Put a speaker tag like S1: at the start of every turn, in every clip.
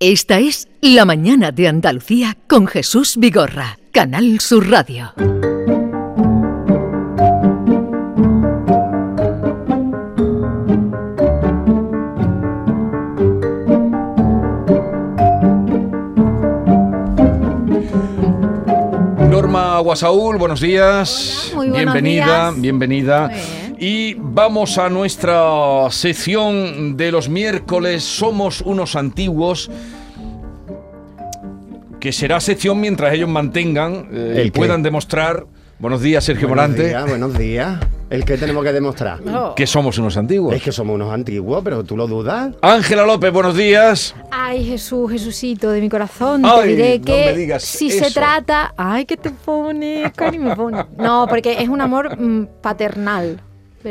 S1: Esta es La Mañana de Andalucía con Jesús Vigorra, Canal Sur Radio.
S2: Norma Guasaúl, buenos días.
S3: Hola, muy buenos
S2: bienvenida,
S3: días.
S2: bienvenida.
S3: Muy bien.
S2: Y vamos a nuestra sección de los miércoles Somos unos antiguos. Que será sección mientras ellos mantengan eh,
S4: ¿El
S2: y
S4: qué?
S2: puedan demostrar. Buenos días, Sergio Morante.
S4: Buenos días, buenos días. El que tenemos que demostrar.
S2: Que somos unos antiguos.
S4: Es que somos unos antiguos, pero tú lo dudas.
S2: Ángela López, buenos días.
S3: Ay, Jesús, Jesucito de mi corazón,
S2: Ay,
S3: te diré
S2: no
S3: que
S2: me digas
S3: si
S2: eso.
S3: se trata, ay, que te pones, cari, me pones. No, porque es un amor mm, paternal,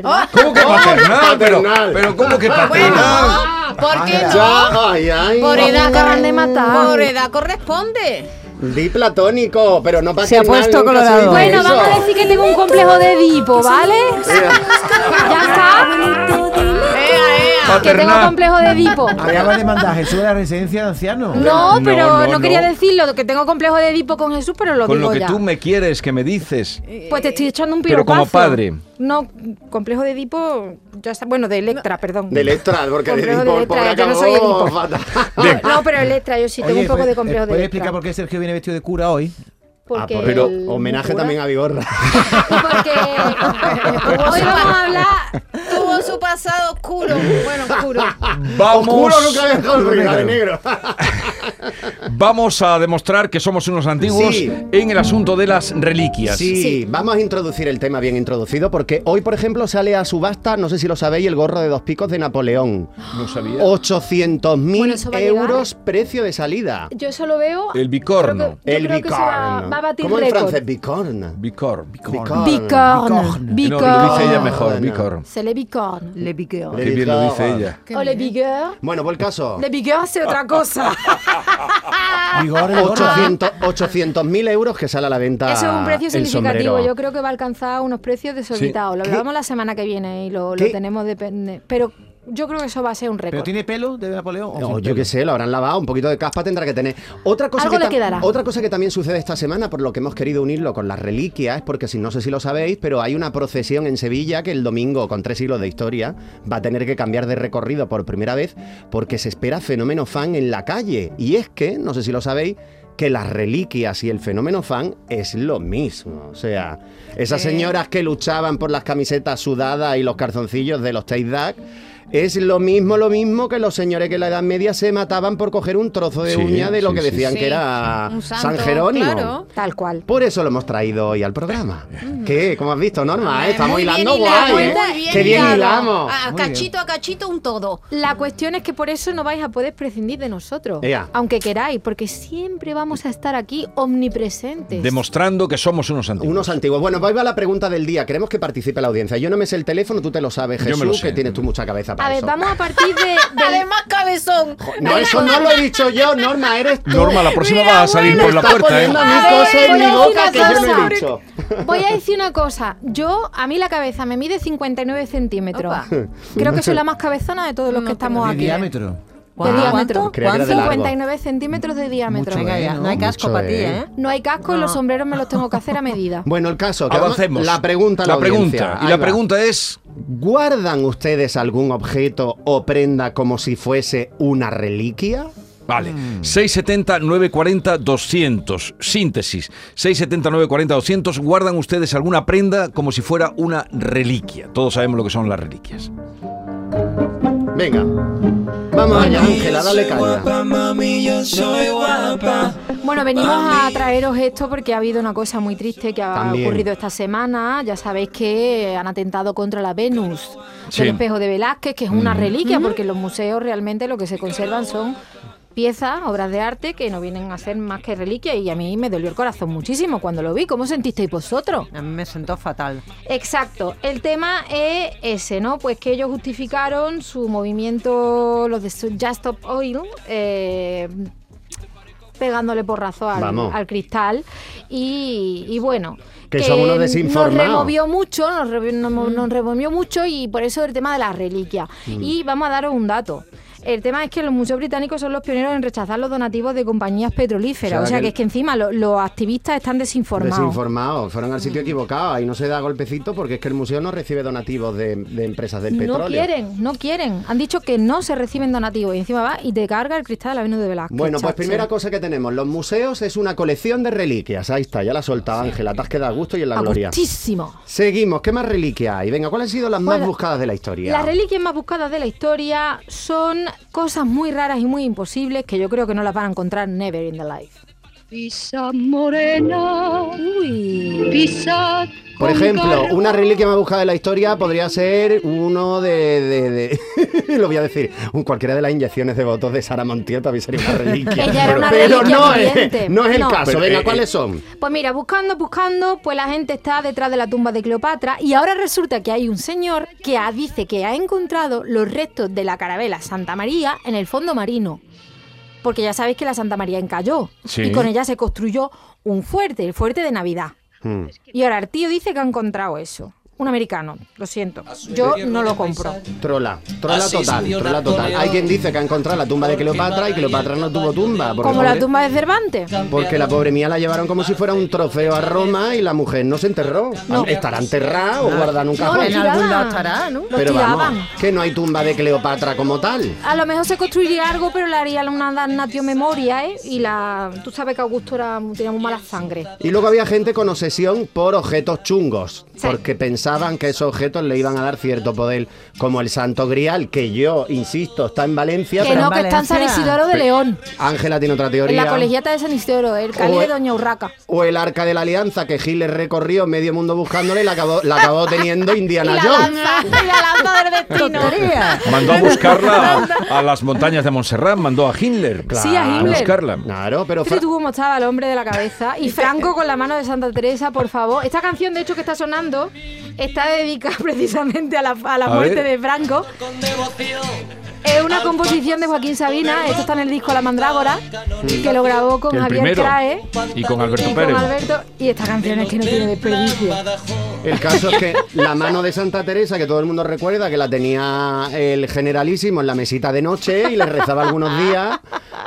S5: Ah,
S3: ¿verdad?
S2: ¿Cómo que paternal? Pero,
S4: paternal.
S2: pero ¿cómo que
S5: Bueno,
S2: paternal?
S5: ¿por qué no?
S4: Ya, ay, ay.
S5: Por
S3: Me
S5: edad,
S3: acaban de matar.
S5: Por edad corresponde.
S4: Di platónico, pero no pasa
S6: Se ha puesto colorado.
S3: Bueno, vamos a decir que tengo un complejo de Edipo, ¿vale? Ya
S5: Ea, ea.
S3: está, que tengo
S2: Paternal.
S3: complejo de Edipo.
S7: Acaba de mandar a Jesús de la residencia de ancianos.
S3: No,
S2: No,
S3: pero
S2: no,
S3: no,
S2: no.
S3: quería decirlo, que tengo complejo de Edipo con Jesús, pero lo
S2: Con
S3: digo
S2: lo que
S3: ya.
S2: tú me quieres, que me dices.
S3: Pues te
S4: Eh,
S3: estoy echando un
S2: Pero
S3: piropazo.
S2: como padre.
S3: No, complejo de Edipo, ya está, bueno, de Electra, perdón.
S4: De Electra, porque de
S3: Complejo
S4: Edipo, el
S3: Electra,
S4: pobre
S3: yo no soy
S4: acabó
S3: Edipo.
S4: fatal. Ah,
S2: Bien.
S3: No, pero Electra, yo sí tengo un poco
S7: ¿puedes-
S3: de complejo
S7: pues, eh,
S3: de
S7: ¿Puedes
S3: Electra.
S7: explicar por qué Sergio viene vestido de cura hoy?
S3: Porque
S4: Ah, pero
S3: el-
S4: homenaje
S3: cura-
S4: también a Vigorra.
S3: Porque hoy vamos a hablar.
S5: Tuvo su pasado oscuro. Bueno, oscuro.
S2: Vamos.
S4: Oscuro nunca había dejado de negro.
S2: Vamos a demostrar que somos unos antiguos
S4: Sí.
S2: en el asunto de las reliquias.
S4: Sí, vamos a introducir el tema bien introducido porque hoy, por ejemplo, sale a subasta, no sé si lo sabéis, el gorro de dos picos de Napoleón.
S2: No sabía.
S4: 800.000
S3: Bueno, eso va a llegar.
S4: euros precio de salida.
S3: Yo eso lo veo.
S2: El bicorno.
S3: creo que- yo
S4: el
S3: creo que se va,
S4: bicorn.
S3: va a batir
S4: ¿Cómo en
S3: récord.
S4: francés? Bicorn.
S2: Bicor.
S4: Bicorn.
S3: Bicorn.
S2: No, lo dice ella
S3: Bicorn.
S2: mejor,
S4: No.
S2: bicorn.
S3: Se le bicorn.
S6: Le piqueo.
S4: Le
S2: Qué bien lo dice
S4: bicorn.
S2: ella.
S3: O le bigor.
S4: Bueno, por el caso.
S3: Le bigor es
S2: Ah,
S3: otra cosa.
S7: Vigor, el gorro.
S4: 800 800.000 euros que sale a la venta.
S3: Eso es un precio
S4: Ah, el
S3: significativo.
S4: sombrero.
S3: Yo creo que va a alcanzar unos precios desorbitados. Lo hablamos la semana que viene y lo, lo
S4: ¿Qué?
S3: tenemos depende. Pero yo creo que eso va a ser un
S7: ¿Pero
S3: récord.
S7: tiene pelo de Napoleón? o
S4: No,
S7: sin
S4: yo
S7: pelo?
S4: qué sé, lo habrán lavado, un poquito de caspa tendrá que tener. Otra cosa,
S3: Algo
S4: que
S3: le
S4: tam-
S3: quedará.
S4: otra cosa que también sucede esta semana, por lo que hemos querido unirlo con las reliquias, es porque si no sé si lo sabéis, pero hay una procesión en Sevilla que el domingo, con tres siglos de historia, va a tener que cambiar de recorrido por primera vez porque se espera fenómeno fan en la calle. Y es que, no sé si lo sabéis, que las reliquias y el fenómeno fan es lo mismo. O sea, esas
S2: Eh.
S4: señoras que luchaban por las camisetas sudadas y los calzoncillos de los Take That, es lo mismo, lo mismo que los señores que en la Edad Media se mataban por coger un trozo de
S2: Sí,
S4: uña de lo
S2: sí,
S4: que
S2: sí,
S4: decían
S5: sí.
S4: que era
S5: Un santo,
S4: San Jerónimo.
S5: claro.
S3: Tal cual.
S4: Por eso lo hemos traído hoy al programa. ¿Qué? ¿Cómo has visto, Norma?
S5: Ah,
S4: eh? Estamos
S5: muy bien
S4: hilando
S5: hilado,
S4: guay, ¿eh?
S5: muy bien
S4: ¡Qué bien
S5: hilado. Ah.
S4: hilamos!
S5: A- A
S7: Muy
S5: cachito a cachito un todo.
S3: La cuestión es que por eso no vais a poder prescindir de nosotros,
S4: Ea.
S3: aunque queráis, porque siempre vamos a estar aquí omnipresentes.
S2: Demostrando que somos unos antiguos.
S4: Unos antiguos. Bueno, va va la pregunta del día. Queremos que participe la audiencia. Yo no me sé el teléfono, tú te lo sabes,
S2: Yo me
S4: Jesús,
S2: lo sé.
S4: que tienes tú mucha cabeza para
S3: a ver,
S4: eso.
S3: vamos a partir de... del-
S5: Además, cabezón.
S4: No, eso no lo he dicho yo, Norma, eres tú.
S2: Norma, la próxima
S5: Mira,
S2: vas a salir
S4: Me
S2: por la
S4: está
S2: puerta, ¿eh?
S4: poniendo a mí
S3: A ver,
S4: cosas en
S3: voy a
S4: mi
S3: decir
S4: boca
S3: una
S4: que yo no
S3: cosa.
S4: he dicho.
S3: Voy a decir una cosa. Yo, a mí la cabeza me mide 59 centímetros.
S5: Opa.
S3: Creo que soy la más cabezona de todos los
S5: No,
S3: que estamos
S7: De
S3: aquí. ¿eh?
S7: diámetro.
S3: De
S6: Guau.
S3: diámetro.
S4: Creía que era de largo.
S3: 59 centímetros de diámetro.
S7: Mucho,
S6: Venga ya,
S7: Bueno,
S6: no hay casco
S4: mucho,
S6: para ti,
S4: eh.
S6: ¿eh?
S3: No hay casco y los sombreros me los tengo que hacer a medida.
S4: Bueno, el caso. que vamos-
S2: Avancemos.
S4: La pregunta a la,
S2: La pregunta.
S4: audiencia.
S2: Y
S4: Ahí
S2: la
S4: va.
S2: pregunta es.
S4: ¿Guardan ustedes algún objeto o prenda como si fuese una reliquia?
S2: Vale,
S4: Mm.
S2: 670 940 200, síntesis. 670 940 200, guardan ustedes alguna prenda como si fuera una reliquia. Todos sabemos lo que son las reliquias.
S4: Venga. Vamos allá, Ángela, dale caña.
S3: Bueno, venimos a traeros esto porque ha habido una cosa muy triste que ha
S4: También.
S3: ocurrido esta semana. Ya sabéis que han atentado contra la Venus
S2: Sí.
S3: del espejo de Velázquez, que es
S4: Mm.
S3: una reliquia, porque en los museos realmente lo que se conservan son piezas, obras de arte que no vienen a ser más que reliquias y a mí me dolió el corazón muchísimo cuando lo vi. ¿Cómo sentisteis vosotros?
S6: A mí me sentó fatal.
S3: Exacto, el tema es ese, ¿no? Pues que ellos justificaron su movimiento, los de su- Just Stop Oil, eh, pegándole porrazo al,
S4: Vamos.
S3: al cristal. Y, y bueno,
S4: Que son unos desinformados. Mm.
S3: Nos removió mucho, nos, re- nos mo- nos removió mucho y por eso el tema de la reliquia. Y vamos a daros un dato. El tema es que los museos británicos son los pioneros en rechazar los donativos de compañías petrolíferas.
S4: O
S3: O
S4: sea,
S3: sea,
S4: que
S3: que es que encima lo- los activistas están desinformados.
S4: Desinformados, fueron al sitio equivocado. Ahí no se da golpecito porque es que el museo no recibe donativos de, de empresas del petróleo.
S3: no quieren, no quieren. Han dicho que no se reciben donativos. Y encima va y te carga el cristal de la Venus de Velasco.
S4: Bueno, pues
S3: chacho.
S4: primera cosa que tenemos, los museos es una colección de reliquias. Ahí está, ya la soltaba Ángela, te has quedado a gusto y en la
S3: A
S4: gloria.
S3: gustísimo.
S4: Seguimos, ¿qué más reliquias hay? Venga, ¿cuáles han sido las más
S3: Bueno,
S4: buscadas de la historia?
S3: Las reliquias más buscadas de la historia son cosas muy raras y muy imposibles que yo creo que no las van a encontrar never in the life.
S8: Pisa morena,
S3: Uy.
S8: pisa.
S4: Por
S8: con
S4: ejemplo,
S8: garbo.
S4: una reliquia más buscada de la historia podría ser uno de... de- de- lo voy a decir, un- cualquiera de las inyecciones de votos de Sara Montiel también sería una reliquia.
S3: Ella era una
S4: pero
S3: reliquia
S4: no, es,
S3: viviente.
S4: no es el
S3: No.
S4: caso,
S2: Pero,
S4: venga,
S2: eh,
S4: ¿cuáles
S2: eh,
S4: son?
S3: Pues mira, buscando, buscando, pues la gente está detrás de la tumba de Cleopatra y ahora resulta que hay un señor que ha- dice que ha encontrado los restos de la carabela Santa María en el fondo marino. Porque ya sabéis que la Santa María encalló
S2: Sí.
S3: y con ella se construyó un fuerte, el fuerte de Navidad.
S4: Hmm.
S3: Y ahora el tío dice que ha encontrado eso. Un americano, lo siento. Yo no lo compro.
S4: Trola,
S2: Ah,
S4: trola total, trola total. Hay quien dice que ha encontrado la tumba de Cleopatra y Cleopatra no tuvo tumba. Porque,
S3: Como la
S4: pobre-
S3: tumba de Cervantes.
S4: porque la pobre mía la llevaron como si fuera un trofeo a Roma y la mujer no se enterró. Estará enterrada o guardada en un
S3: No,
S4: cajón.
S3: lo
S6: En algún lado
S3: tiraban.
S6: estará, ¿no?
S3: Lo
S4: Pero
S3: tiraban.
S4: vamos, que no hay tumba de Cleopatra como tal.
S3: A lo mejor se construiría algo, pero le haría una damnatio memoria, ¿eh? Y la... Tú sabes que Augusto era, tenía muy mala sangre.
S4: Y luego había gente con obsesión por objetos chungos,
S3: Sí.
S4: porque pensaban que esos objetos le iban a dar cierto poder, como el Santo Grial, que yo, insisto, está en Valencia,
S3: Que
S4: pero
S3: no, que está en San
S6: Valencia.
S3: Isidoro de León.
S4: Ángela tiene otra
S3: En
S4: teoría.
S3: la colegiata de San Isidoro, el
S4: O
S3: calle
S4: el-
S3: de Doña Urraca.
S4: O el arca de la alianza que Giles recorrió medio mundo buscándole y la acabó, la acabó teniendo
S5: Y
S4: Indiana
S5: la
S4: Jones.
S5: lanza, y la lanza del destino.
S6: Tontería.
S2: Mandó a buscarla a, a las montañas de Montserrat, mandó a Hitler
S3: Sí, a
S2: a
S3: Himmler.
S2: buscarla.
S4: Claro, pero Fra-
S3: Fíjate tú cómo estaba el hombre de la cabeza. Y Franco con la mano de Santa Teresa, por favor. Esta canción, de hecho, que está sonando, está dedicada precisamente a la, a la
S2: A
S3: muerte
S2: ver.
S3: de Franco. Es una composición de Joaquín Sabina. Esto está en el disco La Mandrágora, que lo grabó con
S2: El
S3: Javier
S2: primero.
S3: Crae.
S2: Y con Alberto
S3: y
S2: Pérez.
S3: Con Alberto, y esta canción es que no tiene desperdicio.
S4: el caso es que la mano de Santa Teresa, que todo el mundo recuerda que la tenía el generalísimo en la mesita de noche y le rezaba algunos días,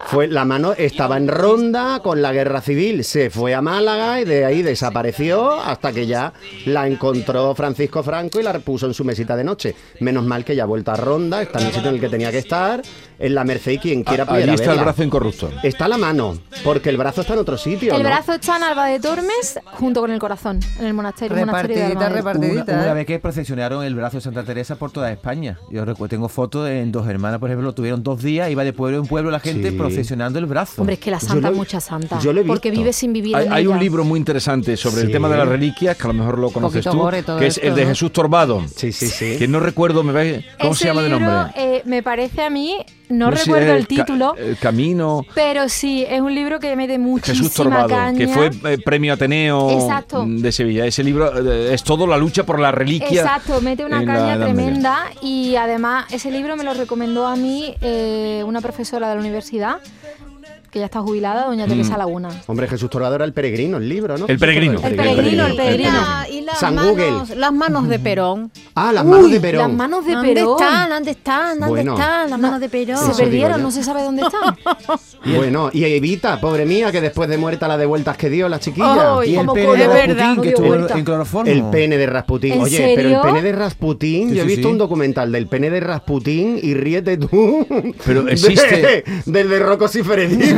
S4: fue la mano estaba en ronda con la guerra civil, se fue a Málaga y de ahí desapareció hasta que ya la encontró Francisco Franco y la puso en su mesita de noche. Menos mal que ya ha vuelto a ronda, está en el sitio en el que tenía que estar, en la Merced y quien quiera
S2: Allí
S4: pudiera
S2: Ah, está el
S4: verla.
S2: brazo incorrupto.
S4: Está la mano, porque el brazo está en otro sitio.
S3: El
S4: ¿no?
S3: brazo está en Alba de Tormes junto con el corazón, en el monasterio. monasterio de
S6: Repartidita,
S3: Almadén.
S6: repartidita.
S7: Una, una
S6: ¿eh?
S7: vez que procesionaron el brazo de Santa Teresa por toda España. Yo recuerdo, tengo fotos en dos hermanas, por ejemplo, lo tuvieron dos días, iba de pueblo en pueblo la gente
S4: Sí.
S7: procesionando el brazo.
S3: Hombre, es que la
S4: Yo
S3: santa
S4: lo-
S3: es mucha santa.
S4: yo lo he
S3: Porque
S4: visto.
S3: vive sin vivir.
S2: Hay,
S3: en
S2: hay un
S3: ella.
S2: libro muy interesante sobre
S4: Sí.
S2: el tema de las reliquias, que a lo mejor lo conoces
S6: Poquito
S2: tú,
S6: gore todo
S2: que es
S6: esto,
S2: el de
S6: ¿no?
S2: Jesús Torbado.
S4: Sí, sí, sí.
S2: Que no recuerdo, me vais- ¿cómo
S3: Ese
S2: se llama de
S3: libro,
S2: nombre?
S3: eh, me parece a mí, no,
S2: sé si
S3: recuerdo
S2: es
S3: el,
S2: ca-
S3: título,
S2: el camino.
S3: pero sí, es un libro que mete muchísima
S2: Jesús Torbado,
S3: caña.
S2: que fue eh, premio Ateneo
S3: Exacto.
S2: de Sevilla. Ese libro eh, es todo la lucha por la reliquia.
S3: Exacto, mete una
S2: en la
S3: caña
S2: Edad Media.
S3: tremenda y además ese libro me lo recomendó a mí eh, una profesora de la universidad que ya está jubilada, doña
S2: Mm.
S3: Teresa Laguna.
S4: Hombre, Jesús Torbado era el peregrino, el libro, ¿no?
S2: El peregrino.
S3: El peregrino, el
S5: Y,
S3: peregrino.
S5: la- y las,
S4: San
S5: manos,
S4: Google.
S5: las manos de Perón.
S4: Ah, las manos de
S3: Las
S4: Perón.
S3: manos de
S5: ¿Dónde
S3: Perón.
S5: están? ¿Dónde están? ¿Dónde
S4: Bueno.
S5: están las manos de Perón?
S3: Se
S4: Eso digo
S3: perdieron,
S4: yo.
S3: no se sabe dónde están.
S4: Bueno, y Evita, pobre mía, que después de muerta la de vueltas que dio la chiquilla.
S5: Ay,
S4: Y el,
S5: como
S7: pene
S5: con-
S7: de
S5: es
S7: Rasputín,
S5: verdad, no
S7: que
S5: dio
S7: estuvo
S5: vuelta.
S7: en cloroformo.
S4: el pene de Rasputín.
S3: ¿En
S4: Oye, pero el
S3: serio?
S4: pene de Rasputín,
S7: Sí,
S4: yo he
S7: sí,
S4: visto
S7: sí.
S4: un documental del pene de Rasputín y ríete tú.
S2: Pero existe-
S4: De- Del de Rocco Siffredi.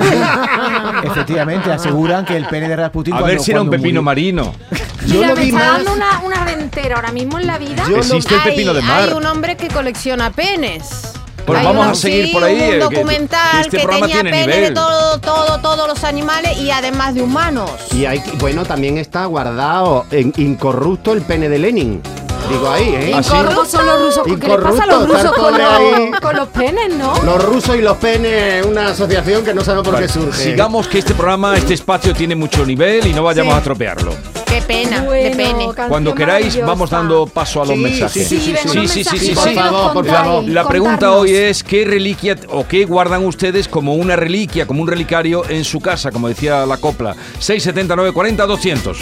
S7: Efectivamente, aseguran que el pene de Rasputín.
S2: A
S7: cuando-
S2: ver si era un
S7: cuando
S2: pepino
S7: murió-
S2: marino.
S4: Yo
S3: Mira,
S4: lo
S3: me
S4: vi
S3: está
S4: más.
S3: dando una, una rentera ahora mismo en la vida.
S4: Yo lo-
S2: Existe el pepino de mar.
S5: Hay un hombre que colecciona penes.
S2: Bueno,
S5: Hay
S2: vamos
S5: uno-
S2: a seguir
S5: sí,
S2: por ahí,
S5: hubo
S2: eh,
S5: Un
S2: que-
S5: documental
S2: que
S5: que,
S2: este programa
S5: tenía
S2: tiene
S5: penes de
S2: nivel.
S5: todo, todo, todos los animales y además de humanos.
S4: Y hay, bueno, también está guardado en- incorrupto el pene de Lenin. Digo ahí, ¿eh?
S2: ¿Ah, sí?
S3: ¿Cómo son los rusos? ¿Qué les pasa a
S4: Incorrupto,
S3: los rusos
S4: estar
S3: con
S4: pobre ahí.
S3: los, con los penes, no?
S4: Los rusos y los penes, una asociación que no sabemos por
S2: Vale,
S4: qué surge.
S2: Sigamos que este programa, este espacio tiene mucho nivel y no vayamos
S5: Sí.
S2: a estropearlo.
S5: Qué pena, de
S3: Bueno,
S5: pene.
S3: canción
S2: Cuando queráis vamos
S3: maravillosa.
S2: dando paso a los
S4: Sí,
S2: mensajes.
S3: Sí, sí,
S4: venga,
S2: sí, sí,
S4: un
S2: sí,
S4: mensajito
S2: sí,
S4: Por
S2: sí.
S4: favor, por
S3: Contáis,
S4: favor.
S2: La
S3: contarnos.
S2: pregunta hoy es qué reliquia o qué guardan ustedes como una reliquia, como un relicario en su casa, como decía la copla. 679 40 200.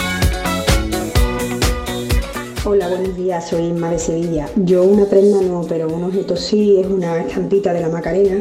S9: Hola, buenos días, soy Inma de Sevilla. Yo una prenda no, pero un objeto sí, es una estampita de la Macarena,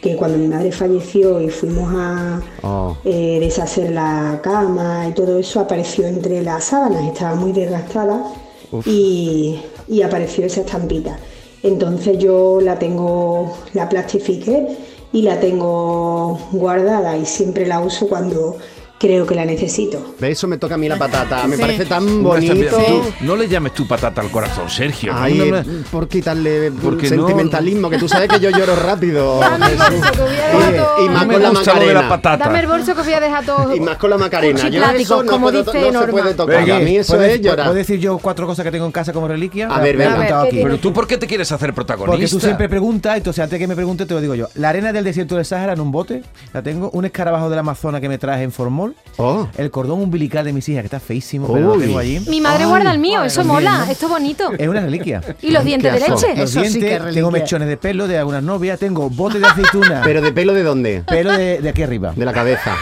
S9: que cuando mi madre falleció y fuimos a
S4: Oh.
S9: eh, deshacer la cama y todo eso, apareció entre las sábanas, estaba muy desgastada
S4: Uf.
S9: y, y apareció esa estampita. Entonces yo la tengo, la plastifiqué y la tengo guardada y siempre la uso cuando creo que la necesito.
S4: De eso me toca a mí la patata. Me
S5: Sí.
S4: parece tan
S2: Una
S4: bonito.
S2: estampida. Tú, no le llames tú patata al corazón, Sergio. No,
S4: Ay,
S2: no, no.
S4: por quitarle
S2: Porque no-
S4: sentimentalismo, que tú sabes que yo lloro rápido.
S3: Dame el bolso, que voy a dejar
S4: Oye,
S3: todo-
S4: y más
S2: No me
S4: con la
S2: gusta lo de la
S4: macarena.
S2: patata.
S3: Dame el bolso que voy a dejar todo.
S4: Y más con la macarena. Yo
S3: Cuchiplático,
S4: eso no,
S3: como
S4: puedo-
S3: dice
S4: no se
S3: Norma.
S4: puede tocar.
S2: Venga,
S4: a mí eso
S7: ¿puedo
S4: es
S7: decir-
S4: llorar.
S7: ¿Puedo decir yo cuatro cosas que tengo en casa como reliquia?
S4: A ver,
S7: Me he
S4: venga.
S7: apuntado
S3: A ver,
S7: aquí.
S3: ¿qué
S2: Pero tú, ¿por qué te quieres hacer protagonista?
S7: Porque tú siempre preguntas, entonces antes que me preguntes te lo digo yo. La arena del desierto del Sahara en un bote, la tengo, un escarabajo del Amazonas que me traje en Formol,
S4: Oh.
S7: el cordón umbilical de mis hijas, que está feísimo, pero lo
S4: Uy.
S7: tengo allí.
S3: Mi madre guarda el mío, eso
S7: también,
S3: mola,
S7: ¿no?
S3: esto es bonito.
S7: Es una reliquia.
S3: Y los dientes de
S4: Qué asco.
S3: leche.
S7: Los
S5: Eso sí
S7: dientes,
S5: que es reliquia.
S7: tengo mechones de pelo de algunas novias, tengo botes de aceituna,
S4: ¿Pero de pelo de dónde?
S7: pelo de, de aquí arriba.
S4: De la cabeza.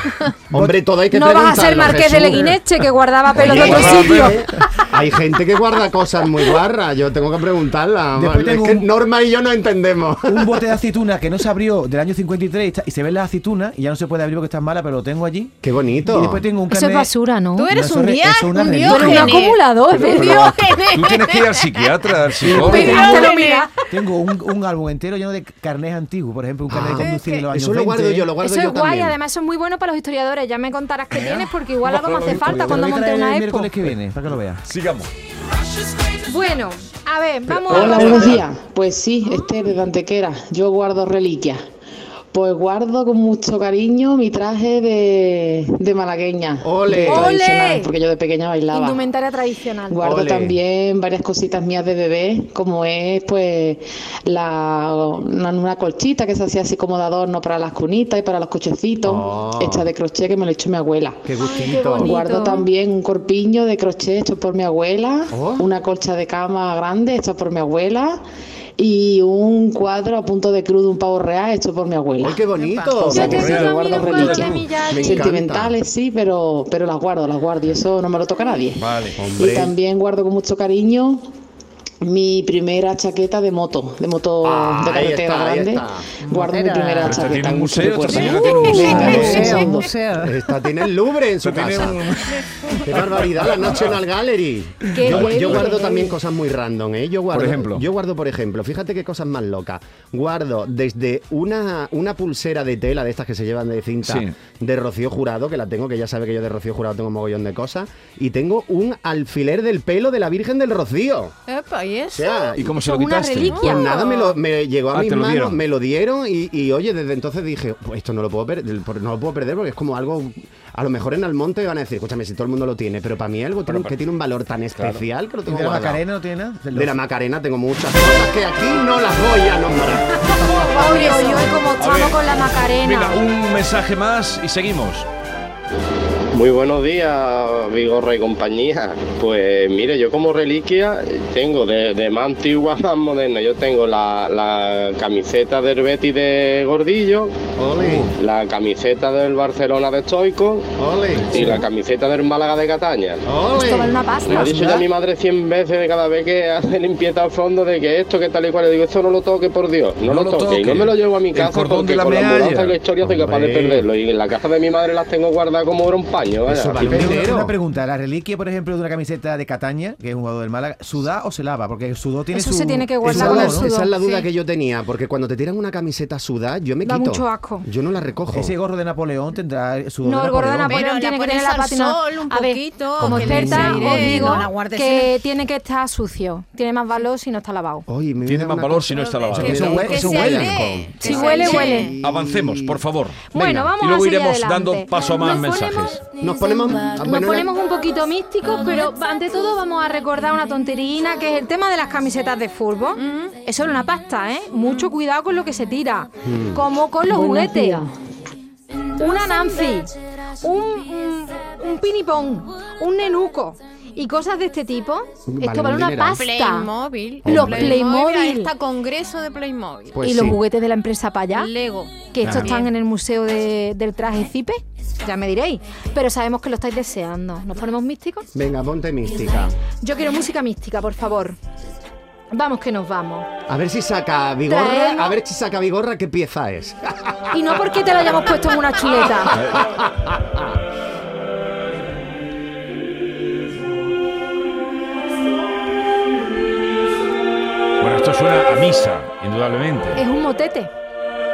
S4: Hombre, todo hay que
S3: No vas a ser
S4: preguntarlo,
S3: marqués de
S4: Jesús.
S3: Leguineche que guardaba pelo de
S4: Oye,
S3: otro
S4: guarda,
S3: sitio.
S4: eh, Hay gente que guarda cosas muy guarras. Yo tengo que preguntarla.
S7: Después
S4: Es
S7: tengo
S4: que
S7: un-
S4: Norma y yo no entendemos.
S7: un bote de aceituna que no se abrió del año 53 y, está- y se ven las aceitunas y ya no se puede abrir porque están malas, pero lo tengo allí.
S4: Qué bonito.
S7: Y después tengo un
S3: Eso es
S7: carnet-
S3: basura, ¿no?
S5: Tú eres
S7: eso
S5: un
S7: re-
S5: día,
S7: eso es una
S5: un
S7: reliquia.
S3: Pero un
S5: diógenes.
S3: acumulador,
S5: Un
S3: ¿verdad?
S5: diógenes.
S2: Tú tienes que ir al psiquiatra, al
S3: Pero
S2: psicólogo.
S5: Pero-
S3: te lo mira.
S7: Tengo un, un álbum entero lleno de carnés antiguos, por ejemplo, un carnet
S4: Ah.
S7: de conducir de los años
S4: Eso lo guardo
S7: 20.
S4: yo, lo guardo
S3: Eso es
S4: yo
S3: guay,
S4: también.
S3: además eso es muy bueno para los historiadores. Ya me contarás qué tienes porque igual algo me hace falta
S7: Te lo
S3: cuando
S7: voy a
S3: monte
S7: traer
S3: una
S7: el
S3: expo.
S7: miércoles que viene, para que lo veas.
S2: Sigamos.
S3: Bueno, a ver, vamos
S10: Hola,
S3: a
S10: buenos días. Pues sí, Esther de Antequera. Yo guardo reliquias. Pues guardo con mucho cariño mi traje de, de malagueña.
S4: Ole.
S10: de
S4: Ole.
S10: tradicional, Porque yo de pequeña bailaba.
S3: Indumentaria tradicional.
S10: Guardo
S4: Ole.
S10: también varias cositas mías de bebé, como es pues la, una, una colchita que se hacía así como de adorno para las cunitas y para los cochecitos,
S4: Oh.
S10: hecha de crochet que me lo echó mi abuela.
S4: Qué
S3: qué
S4: gustito.
S3: bonito.
S10: Guardo también un corpiño de crochet hecho por mi abuela,
S4: Oh.
S10: una colcha de cama grande hecha por mi abuela y un cuadro a punto de cruz de un pavo real hecho por mi abuela.
S4: Ay, qué bonito.
S10: O sea,
S3: Yo
S10: que
S3: tengo
S10: sí, yo guardo
S3: también un coche
S10: reliquias.
S3: a mi Yagi.
S4: Me encanta.
S10: Sentimentales, sí, pero, pero las guardo, las guardo y eso no me lo toca nadie.
S2: Vale.
S10: Y también guardo con mucho cariño mi primera chaqueta de moto, de moto
S4: Ah,
S10: de
S4: ahí
S10: carretera
S4: está, ahí
S10: grande.
S4: está.
S10: Guardo mi
S5: Motera.
S10: primera
S5: Pero
S2: esta
S10: chaqueta.
S2: tiene un
S10: con mucho
S2: museo, esta
S10: recuerdo.
S2: señora tiene un museo.
S10: Venga,
S4: Museo,
S10: un
S5: museo.
S4: Esta tiene el Louvre en su
S2: Esta tiene
S4: casa. Qué barbaridad, la National Gallery.
S3: Qué
S4: Yo, yo
S3: heavy.
S4: guardo también cosas muy random, ¿eh? Yo guardo,
S2: Por ejemplo.
S4: Yo guardo, por ejemplo, fíjate qué cosas más locas. Guardo desde una, una pulsera de tela de estas que se llevan de cinta
S2: Sí.
S4: de Rocío Jurado, que la tengo, que ya sabe que yo de Rocío Jurado tengo mogollón de cosas. Y tengo un alfiler del pelo de la Virgen del Rocío.
S5: Epa, ¿y
S4: O
S5: eso?
S4: sea,
S2: ¿Y cómo se lo
S3: Una
S2: quitaste?
S3: reliquia.
S4: pues nada, me, lo, me llegó a
S2: Ah,
S4: mis
S2: te lo
S4: manos,
S2: dieron.
S4: me lo dieron y, y, oye, desde entonces dije, "Pues esto no lo puedo perder, no lo puedo perder porque es como algo, a lo mejor en Almonte van a decir, escúchame, si todo el mundo lo tiene, pero para mí algo tiene- que tiene un valor tan especial que lo
S7: ¿Y
S4: tengo
S7: de la
S4: guardado.
S7: Macarena no tiene nada?
S4: De la Macarena tengo muchas cosas que aquí no las voy a nombrar.
S3: Oye, oye, oye, como
S2: ver.
S3: estamos con la
S2: Venga,
S3: Macarena.
S2: un mensaje más y seguimos.
S11: Muy buenos días, Vigorra y compañía. Pues mire, yo como reliquia tengo de, de más antigua a más moderna. Yo tengo la, la camiseta del Betty de Gordillo,
S4: Ole,
S10: Uh.
S11: la camiseta del Barcelona de Stoico
S4: ole,
S11: y la camiseta del Málaga de Cataña.
S3: Esto vale
S4: ole.
S3: una
S11: Me
S3: pasta.
S11: ha dicho ya mi madre 100 veces de cada vez que hace limpieza al fondo de que esto, que tal y cual. Le digo, esto no lo toque, por Dios. No, lo toque. Y no me lo llevo a mi
S2: El
S11: casa
S2: cordón
S11: porque
S2: de la
S11: con la
S2: medalla.
S11: mudanza y la historia soy capaz de
S4: Hombre.
S11: perderlo. Y en la casa de mi madre las tengo guardadas como era un paño. vaya.
S4: Eso vale un
S7: Una,
S4: dinero.
S7: una pregunta, la reliquia, por ejemplo, de una camiseta de Cataña, que es un jugador del Málaga, ¿sudá o se lava? Porque el sudó tiene
S3: Eso
S7: su...
S3: se tiene que
S7: su
S3: guardar
S4: Esa,
S7: olor,
S4: es la-
S3: con el
S7: ¿no?
S3: sudor.
S4: esa es la duda
S3: sí.
S4: que yo tenía, porque cuando te tiran una camiseta sudada, yo me
S3: Da
S4: quito.
S3: mucho asco.
S4: Yo no la recojo.
S7: Ese gorro de Napoleón tendrá sudor
S3: No,
S7: de
S3: el gordo de
S7: Napoleón.
S5: Napoleón. Pero la
S3: Napoleón tiene que tener
S5: pones
S3: la
S5: al
S3: patina.
S5: sol un
S3: A ver,
S5: poquito,
S3: como
S5: que le
S3: experta,
S5: enseñe,
S3: os
S5: no
S3: digo
S5: la guardes
S3: que tiene que estar sucio. Tiene más valor si no está lavado.
S4: Oye, me voy a
S2: Tiene
S4: dar
S2: más
S4: una
S2: valor
S4: cosa.
S2: si no está lavado.
S4: Eso hue-
S5: que
S4: eso
S5: se
S4: huele
S5: aire,
S4: alcohol.
S5: que
S3: Si
S5: se
S3: huele,
S5: aire.
S3: huele.
S2: Avancemos, por favor.
S3: Bueno,
S2: Venga,
S3: vamos
S2: y luego
S3: a seguir
S2: iremos
S3: adelante.
S2: dando paso a más
S3: Nos ponemos-
S2: mensajes.
S4: Nos ponemos,
S3: Nos
S4: Ah, bueno,
S3: ponemos un poquito místicos, pero ante todo vamos a recordar una tonterina que es el tema de las camisetas de fútbol. Eso es una pasta, ¿eh? Mucho cuidado con lo que se tira. Como con los
S10: Buenos
S3: juguetes.
S10: días.
S3: Una Nancy. Un, un, un pinipón. Un nenuco. y cosas de este tipo. Esto vale
S5: balón
S3: una
S5: dinero.
S3: pasta.
S5: Playmobil.
S3: Los
S5: Hombre.
S3: Playmobil.
S5: Ahí está congreso de Playmobil.
S3: y los juguetes de la empresa Payá.
S5: Lego.
S3: Que estos
S5: También.
S3: están en el Museo de- del Traje Cipe. Ya me diréis. Pero sabemos que lo estáis deseando. ¿Nos ponemos místicos?
S4: Venga, ponte mística.
S3: Yo quiero música mística, por favor. Vamos que nos vamos.
S4: A ver si saca Vigorra,
S3: Traemos-
S4: a ver si saca Vigorra qué pieza es.
S3: Y no porque te lo hayamos puesto en una chuleta.
S2: Bueno, esto suena a misa, indudablemente.
S3: Es un motete.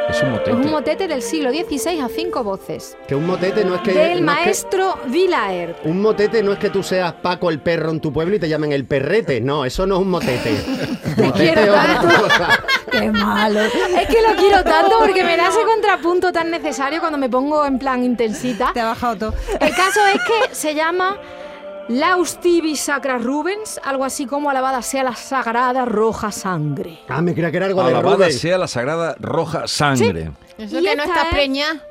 S2: Es un
S3: Eh, Es
S2: motete.
S3: un motete del siglo XVI a cinco voces.
S4: Que un motete no es que
S3: del
S4: no es que-
S3: maestro Vilaert.
S4: un motete no es que tú seas Paco el perro en tu pueblo y te llamen el perrete. No, eso no es un motete. motete
S3: quiero
S4: es otra
S3: tanto.
S4: cosa.
S3: Qué malo. Es que lo quiero tanto porque me da ese contrapunto tan necesario cuando me pongo en plan intensita. Te ha bajado todo. El caso es que se llama Laus Tibi Sacra Rubens, algo así como alabada sea la sagrada roja sangre.
S4: Ah, me creía que era algo de
S2: Alabada
S4: Rubens.
S2: sea la sagrada roja sangre.
S5: Eso que no está preñada.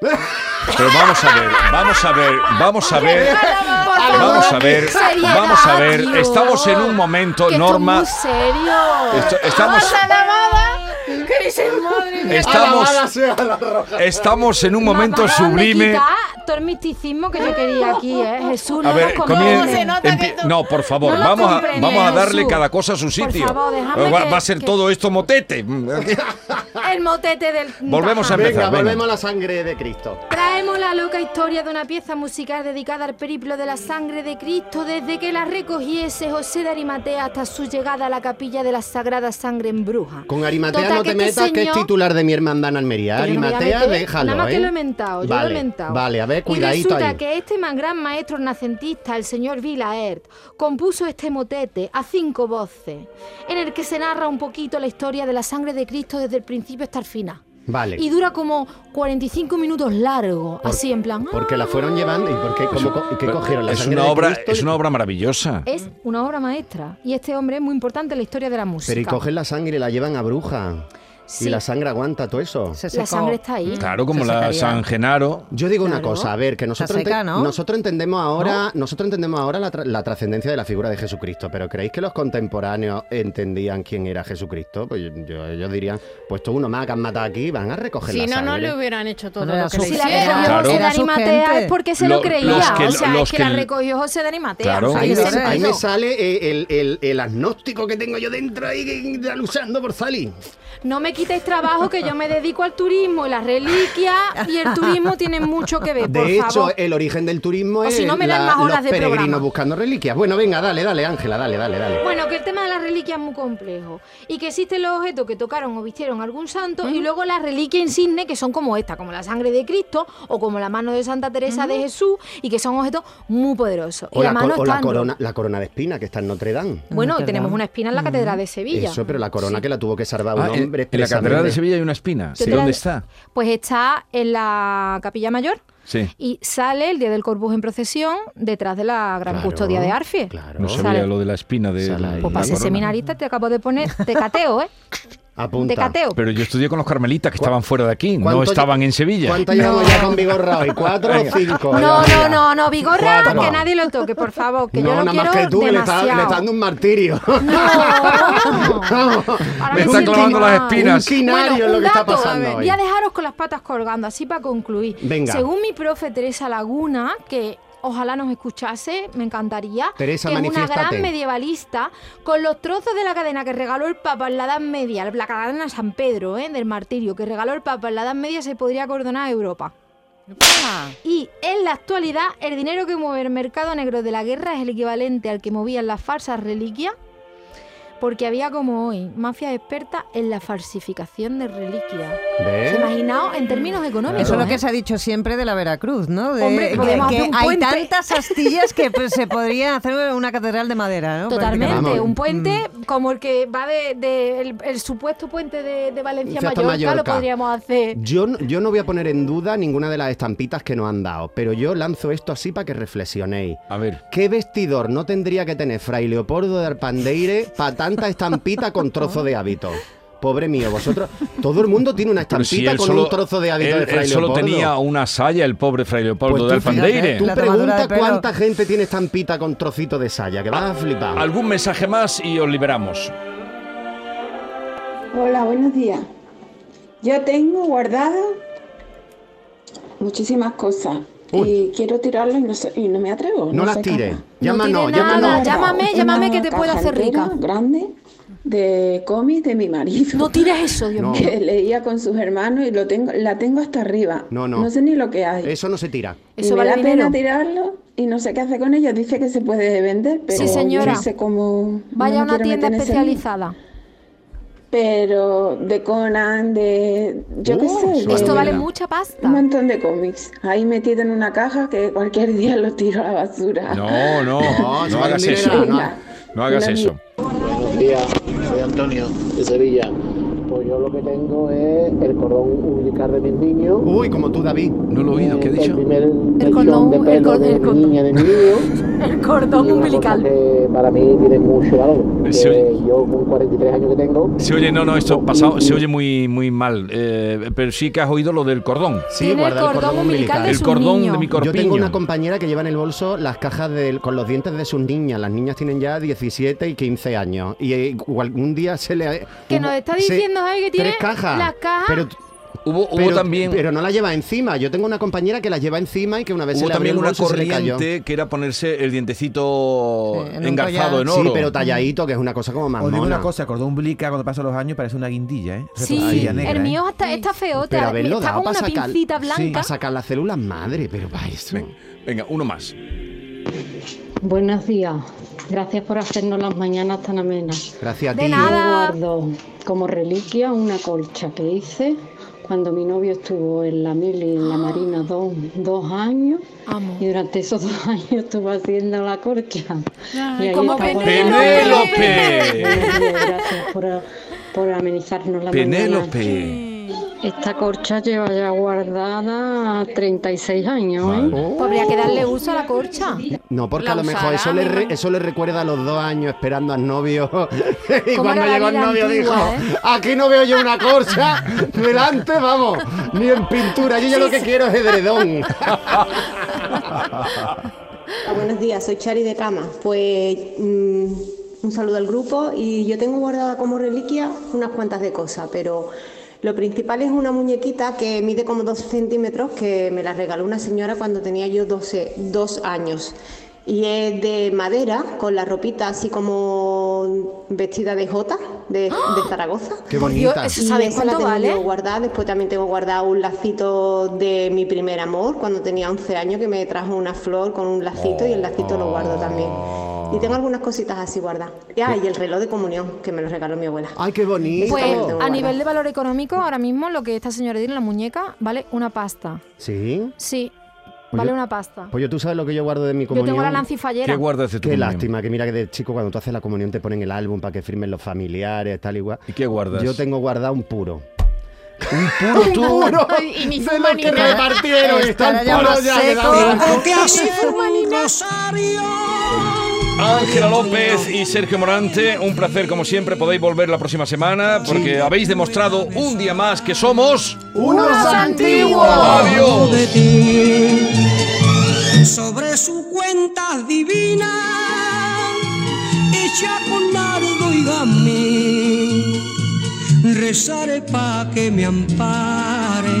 S2: Pero vamos a ver, vamos a ver, vamos a ver.
S5: Por favor,
S2: Vamos a ver,
S5: seriedad,
S2: vamos a ver.
S5: tío.
S2: Estamos en un momento, Norma.
S3: ¿En serio?
S2: Esto- estamos-
S5: Vas a la boda, que dices, madre mía.
S2: Estamos-
S4: Alabada sea la roja.
S2: Estamos en un momento
S3: Me acaban de
S2: sublime.
S3: quitar todo el misticismo que yo quería aquí, ¿eh? Jesús, no
S2: A ver,
S3: nos
S2: comien-
S3: comprendes.
S2: empie- No, por favor,
S3: No lo
S2: vamos, a,
S3: comprendes,
S2: vamos a darle
S3: Jesús.
S2: cada cosa a su
S3: Por
S2: sitio.
S3: favor, déjame
S2: va,
S3: que-
S2: va a ser
S3: que-
S2: todo esto motete.
S3: El motete del...
S2: Volvemos a
S3: Ajá.
S2: empezar.
S4: Venga,
S2: venga.
S4: volvemos a la sangre de Cristo.
S3: Traemos la loca historia de una pieza musical dedicada al periplo de la sangre de Cristo desde que la recogiese José de Arimatea hasta su llegada a la capilla de la Sagrada Sangre en Bruja.
S4: Con Arimatea
S3: Total,
S4: no
S3: que
S4: te
S3: este
S4: metas, que es
S3: señor-
S4: titular de mi hermandad en Almería.
S3: Pero no me voy a
S4: Arimatea,
S3: meter,
S4: déjalo,
S3: Nada más
S4: ¿eh?
S3: que lo he mentado, yo lo
S4: Vale,
S3: he mentado.
S4: Vale, a ver,
S3: Y
S4: cuidadito
S3: resulta
S4: ahí.
S3: que este man- gran maestro renacentista, el señor Vilaert, compuso este motete a cinco voces, en el que se narra un poquito la historia de la sangre de Cristo desde el principio hasta el final.
S4: Vale.
S3: Y dura como 45 minutos largo, así en plan... "Ah".
S4: Porque la fueron llevando y porque cómo co- y qué cogieron la
S2: Es
S4: sangre
S2: una
S4: de
S2: obra,
S4: Cristo?
S2: es una obra maravillosa.
S3: Es una obra maestra y este hombre es muy importante en la historia de la música.
S4: Pero y cogen la sangre y la llevan a bruja.
S3: Sí.
S4: Y la sangre aguanta todo eso.
S3: La sangre está ahí.
S2: Claro, como
S4: Se
S2: la
S4: sacaría.
S2: San Genaro.
S4: Yo digo una
S3: Claro.
S4: cosa, a ver, que nosotros,
S6: seca,
S4: ente-
S6: ¿no?
S4: nosotros entendemos ahora, nosotros entendemos ahora la, tra- la trascendencia de la figura de Jesucristo, pero ¿creéis que los contemporáneos entendían quién era Jesucristo? Pues yo- yo- ellos dirían, pues tú uno más que han matado aquí, van a recoger
S5: Si
S4: la
S5: no,
S4: sangre.
S5: no le hubieran hecho todo
S6: Bueno,
S5: lo que
S6: era
S5: le
S6: su-
S3: Si la recogió
S5: hicieron.
S2: Claro.
S3: José de
S2: Era
S6: su
S3: Arimatea
S6: gente.
S3: es porque se
S2: Lo-
S3: lo, creía.
S2: los que-
S3: o sea,
S2: los
S3: es que,
S2: que-
S3: la recogió José de Arimatea.
S2: Claro.
S3: o sea,
S4: Ahí,
S3: que
S4: me,
S3: se lo
S4: ahí
S3: creyó.
S4: me sale eh, el, el- el agnóstico que tengo yo dentro ahí que- luchando por salir.
S3: No me quitéis trabajo que yo me dedico al turismo y las reliquias y el turismo tienen mucho que ver, por
S4: De hecho, eh,
S3: favor.
S4: el origen del turismo
S3: O
S4: es
S3: si no me dan
S4: la-
S3: más horas
S4: los
S3: de
S4: peregrinos
S3: programa.
S4: buscando reliquias. Bueno, venga, dale, dale, Ángela, dale, dale, dale.
S3: Bueno, que el tema de las reliquias es muy complejo y que existen los objetos que tocaron o vistieron algún santo y luego las reliquias insignes que son como esta, como la sangre de Cristo o como la mano de Santa Teresa de Jesús y que son objetos muy poderosos.
S4: o
S3: y
S4: la,
S3: la mano
S4: cor- o
S3: está
S4: la
S3: en
S4: corona, Ah, la corona de espina que está en Notre Dame.
S3: Bueno,
S6: Es verdad.
S3: tenemos una espina en la Catedral de Sevilla.
S4: Eso, pero la corona que la tuvo que salvar un
S2: Ah, en,
S4: hombre.
S2: en la
S4: expresamente.
S2: Catedral de Sevilla hay una espina.
S3: Yo te la-
S2: ¿Dónde está?
S3: Pues está en la Capilla Mayor
S2: Sí.
S3: y sale el día del Corpus en procesión detrás de la Gran
S4: Claro,
S3: Custodia de Arfie.
S4: Claro.
S2: No
S3: Sale.
S2: sabía lo de la espina de.
S4: Sala ahí.
S2: la
S3: Pues para ser
S2: corona.
S3: seminarista te acabo de poner tecateo, ¿eh?
S4: Apunta.
S3: Tecateo.
S2: Pero yo estudié con los carmelitas que estaban fuera de aquí, no
S4: ¿Cuánto lle-
S2: estaban en Sevilla.
S4: ¿Cuánto llevamos ya con Vigorra hoy? ¿Cuatro o cinco?
S3: No,
S4: Dios mío.
S3: no, no, no, Vigorra,
S4: Cuatro.
S3: que nadie lo toque, por favor, que
S4: no,
S3: yo lo
S4: nada
S3: quiero
S4: más que tú, que le está,
S3: demasiado.
S4: le está dando un martirio.
S3: No. Ahora
S2: Me está
S3: siento
S2: clavando
S3: mal.
S2: las espinas.
S4: Un quinario
S3: Bueno,
S4: es lo
S3: un
S4: que está
S3: dato,
S4: pasando
S3: a ver,
S4: hoy.
S3: Voy a dejaros con las patas colgando, así para concluir.
S4: Venga.
S3: Según mi profe Teresa Laguna, que ojalá nos escuchase, me encantaría.
S4: Teresa,
S3: que es una
S4: manifiéstate.
S3: gran medievalista, con los trozos de la cadena que regaló el Papa en la Edad Media, la cadena San Pedro, ¿eh? del martirio, que regaló el Papa en la Edad Media, se podría acordonar Europa. Y en la actualidad, el dinero que mueve el mercado negro de la guerra es el equivalente al que movían las falsas reliquias, porque había como hoy mafias expertas en la falsificación de reliquias.
S4: ¿Ves?
S3: ¿Se imaginaos en términos económicos?
S6: Eso es lo que
S3: ¿eh?
S6: se ha dicho siempre de la Veracruz, ¿no? De-
S3: Hombre,
S6: que,
S3: podemos
S6: que
S3: hacer un
S6: hay
S3: puente.
S6: tantas astillas que pues, se podría hacer una catedral de madera, ¿no?
S3: Totalmente,
S4: Vamos. Mm.
S3: un puente como el que va de, de- el, el supuesto puente de, de Valencia a
S4: Fiesta
S3: Mallorca, lo
S4: Mallorca.
S3: podríamos hacer.
S4: Yo, n- yo no voy a poner en duda ninguna de las estampitas que nos han dado, pero yo lanzo esto así para que reflexionéis.
S2: A ver.
S4: ¿Qué vestidor no tendría que tener Fray Leopoldo de Arpandeire para tanta estampita con trozo de hábito? Pobre mío, vosotros. Todo el mundo tiene una
S2: Pero si
S4: estampita
S2: él
S4: con
S2: solo-
S4: un trozo de hábito
S2: él-
S4: de Fray
S2: Él solo
S4: Leopoldo.
S2: tenía una saya, el pobre Fray Leopoldo
S4: Pues
S2: de
S4: tú fíjate,
S2: Alfandeire.
S4: Tú
S6: La tomadura
S4: pregunta
S6: de pelo.
S4: cuánta gente tiene estampita con trocitos de saya, que vas a flipar.
S2: Algún mensaje más y os liberamos.
S12: Hola, buenos días. Yo tengo guardada muchísimas cosas y quiero tirarlas y no, sé- y no me atrevo.
S4: No las
S12: soy
S4: tire.
S12: capaz.
S4: Llama no,
S3: tire
S4: llama
S3: nada,
S4: no.
S3: llámame,
S12: Una
S3: llámame que te puedo
S12: caja
S3: hacer
S12: entera,
S3: rica.
S12: grande de cómics de mi marido.
S3: No tires eso, Dios
S4: No.
S3: mío.
S12: Que leía con sus hermanos y lo tengo, la tengo hasta arriba.
S4: No, Eh, no.
S12: No sé ni lo que hay.
S4: Eso no se tira.
S12: Y
S3: Eso
S12: me
S3: vale
S12: da
S3: dinero.
S12: pena tirarlo y no sé qué hace con ello. Dice que se puede vender, pero
S3: Sí,
S12: yo
S3: señora.
S12: no sé cómo.
S3: Vaya a
S12: no me
S3: una
S12: quiero
S3: tienda
S12: meter en ese lío.
S3: especializada.
S12: Pero de Conan, de. Yo qué
S4: Oh,
S3: Uh,
S12: sé. de-
S3: Esto vale mucha pasta.
S12: Un montón de cómics. Ahí metido en una caja que cualquier día lo tiro a la basura.
S2: No, no, no,
S4: se va a
S2: hagas
S4: vender
S2: eso.
S4: nada,
S2: No, hagas
S12: Una
S2: eso.
S13: Buenos días, soy Antonio de Sevilla. Pues yo lo que tengo es el cordón umbilical de mis niños.
S4: Uy, como tú, David.
S2: No lo he oído, ¿qué ha dicho?
S13: El primer
S3: El
S13: mechón
S3: cordón,
S13: de
S3: el
S13: pelo
S3: cordón,
S13: de
S3: el
S13: mi
S3: cordón.
S13: niña, de mi niño.
S3: El cordón
S13: y una cosa
S3: umbilical.
S13: que para mí tiene mucho valor. que
S2: Eh, Se oye-
S13: yo con 43 años que tengo,
S2: Se oye, no, no, esto pasado, se oye muy, muy mal. eh, pero sí que has oído lo del cordón.
S4: Sí,
S3: Tiene
S4: guarda
S3: el cordón umbilical de
S2: El
S3: su
S2: cordón
S3: niño.
S2: de mi
S4: Yo
S2: corpiño.
S4: tengo una compañera que lleva en el bolso las cajas del- con los dientes de sus niñas. Las niñas tienen ya 17 y 15 años. Y eh, algún día se le...
S3: Que
S4: hubo-
S3: nos está
S4: se-
S3: diciendo, Javi, que tiene
S4: Tres cajas.
S3: las cajas.
S4: Pero,
S2: Hubo, hubo
S4: pero-
S2: también,
S4: Pero no la lleva encima. Yo tengo una compañera que la lleva encima y que una vez se
S2: hubo
S4: le abrió
S2: también
S4: el
S2: una
S4: bolso y se le cayó.
S2: corriente que era ponerse el dientecito
S6: Sí, en un
S2: engarzado
S6: collar.
S2: en oro.
S4: Sí, pero talladito, que es una cosa como más
S7: Os digo
S4: mona.
S7: una cosa, cordón umbilical cuando pasan los años parece una guindilla, ¿eh?
S3: Sí,
S7: Retorcilla
S3: el
S7: negra, ¿eh?
S3: mío hasta está feote.
S4: Pero haberlo
S3: Está
S4: dado
S3: con
S4: para
S3: una
S4: sacar,
S3: pincita
S4: sí,
S3: blanca.
S4: para sacar las células madre, pero para eso.
S2: Venga, uno más.
S14: Buenos días. Gracias por hacernos las mañanas tan amenas.
S4: Gracias a
S3: De
S4: ti.
S14: Yo
S3: nada.
S14: guardo como reliquia una colcha que hice cuando mi novio estuvo en la mili, en la marina, dos, dos años.
S3: Amo.
S14: Y durante esos dos años estuvo haciendo la colcha.
S3: Ay,
S14: ahí
S3: como
S14: está guardada.
S2: Penélope. Penélope.
S14: Gracias por, por amenizarnos la mañana.
S2: Penélope.
S14: Esta colcha lleva ya guardada 36 años.
S4: Oh.
S14: ¿eh?
S3: Pues Habría que darle uso a la corcha.
S4: No, porque
S5: La
S4: a lo mejor eso
S5: usará,
S4: le,
S5: mi
S4: re-
S5: hermano.
S4: eso le recuerda a los dos años esperando al novio. y
S3: ¿Cómo
S4: cuando
S3: era la
S4: llegó el
S3: vida
S4: novio
S3: antigua,
S4: dijo,
S3: eh?
S4: aquí no veo yo una corcha delante, vamos, ni en pintura, yo ya lo que quiero es edredón.
S15: Hola, Ah, buenos días, soy Chari de Cama. Pues mm, un saludo al grupo y yo tengo guardada como reliquia unas cuantas de cosas, pero lo principal es una muñequita que mide como 12 centímetros que me la regaló una señora cuando tenía yo 12, dos años. Y es de madera, con la ropita así como vestida de jota, de, de Zaragoza.
S4: Qué bonita.
S3: Dios,
S15: Y
S3: ¿Sabes
S15: esa la
S3: cuánto
S15: tengo
S3: vale?
S15: yo guardada. Después también tengo guardado un lacito de mi primer amor, cuando tenía 11 años, que me trajo una flor con un lacito y el lacito lo guardo también. Y
S3: Oh.
S15: tengo algunas cositas así guardadas. Y, ah, y el reloj de comunión, que me lo regaló mi abuela.
S4: Ay, qué bonito.
S3: Pues
S15: Exactamente,
S3: a
S15: guarda.
S3: nivel de valor económico, ahora mismo lo que esta señora tiene en la muñeca vale una pasta.
S4: Sí.
S3: Sí,
S4: Pues
S3: vale
S4: yo-
S3: una pasta.
S4: Pues yo tú sabes lo que yo guardo de mi
S3: Yo
S4: comunión.
S3: tengo la lancifallera.
S2: ¿Qué guardas de tu
S4: Qué
S2: comunión?
S4: lástima, que mira que de chico cuando tú haces la comunión te ponen el álbum para que firmen los familiares, tal y igual.
S2: ¿Y qué guardas?
S4: Yo tengo guardado un puro.
S2: Un puro tú.
S4: puro
S5: Y ni
S4: de
S5: fuma
S4: los
S5: ni
S4: que
S5: nada.
S4: repartieron. Está
S5: Estará
S4: el
S5: ya
S4: puro
S5: más
S4: ya de
S5: seco.
S4: la-
S2: Ángela López y Sergio Morante, un placer como siempre. Podéis volver la próxima semana porque habéis demostrado un día más que somos.
S4: ¡Unos antiguos!
S5: Oh.
S2: Adiós.
S16: de ti. Sobre su cuenta divina, hecha con nardo y gamín, rezaré pa' que me ampare